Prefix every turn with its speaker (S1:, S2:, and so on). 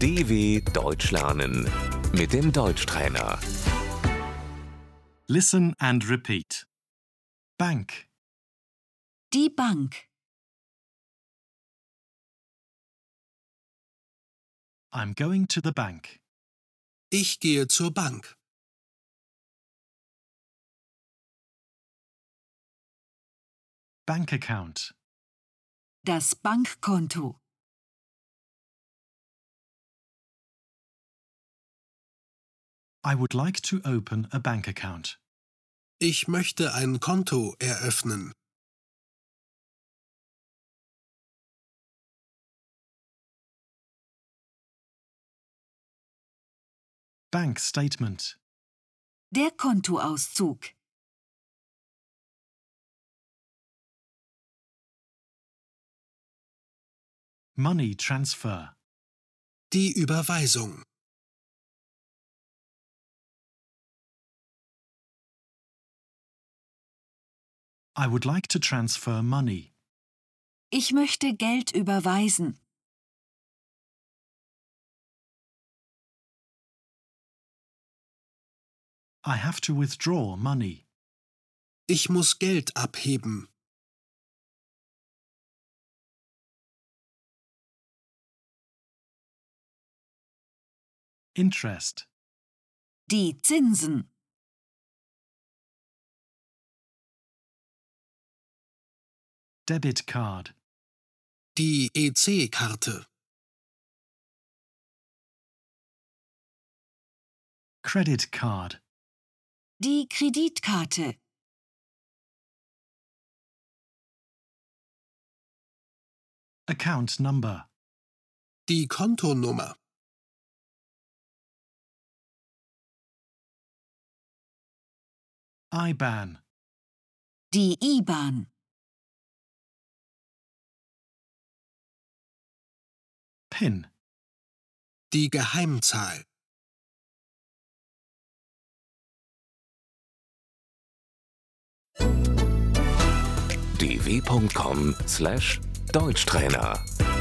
S1: DW Deutsch lernen mit dem Deutschtrainer.
S2: Listen and repeat. Bank,
S3: Die Bank.
S2: I'm going to the bank.
S4: Ich gehe zur Bank.
S2: Bank account,
S3: Das Bankkonto.
S2: I would like to open a bank account.
S4: Ich möchte ein Konto eröffnen.
S2: Bank statement,
S3: Der Kontoauszug.
S2: money transfer,
S4: Die Überweisung.
S2: I would like to transfer money.
S3: Ich möchte Geld überweisen.
S2: I have to withdraw money.
S4: Ich muss Geld abheben.
S2: Interest,
S3: Die Zinsen.
S2: debit card,
S4: Die E EC-Karte.
S2: credit card,
S3: Die Kreditkarte.
S2: account number,
S4: Die Kontonummer.
S2: IBAN,
S3: Die IBAN.
S2: PIN,
S4: Die Geheimzahl.
S1: dw.com/deutschtrainer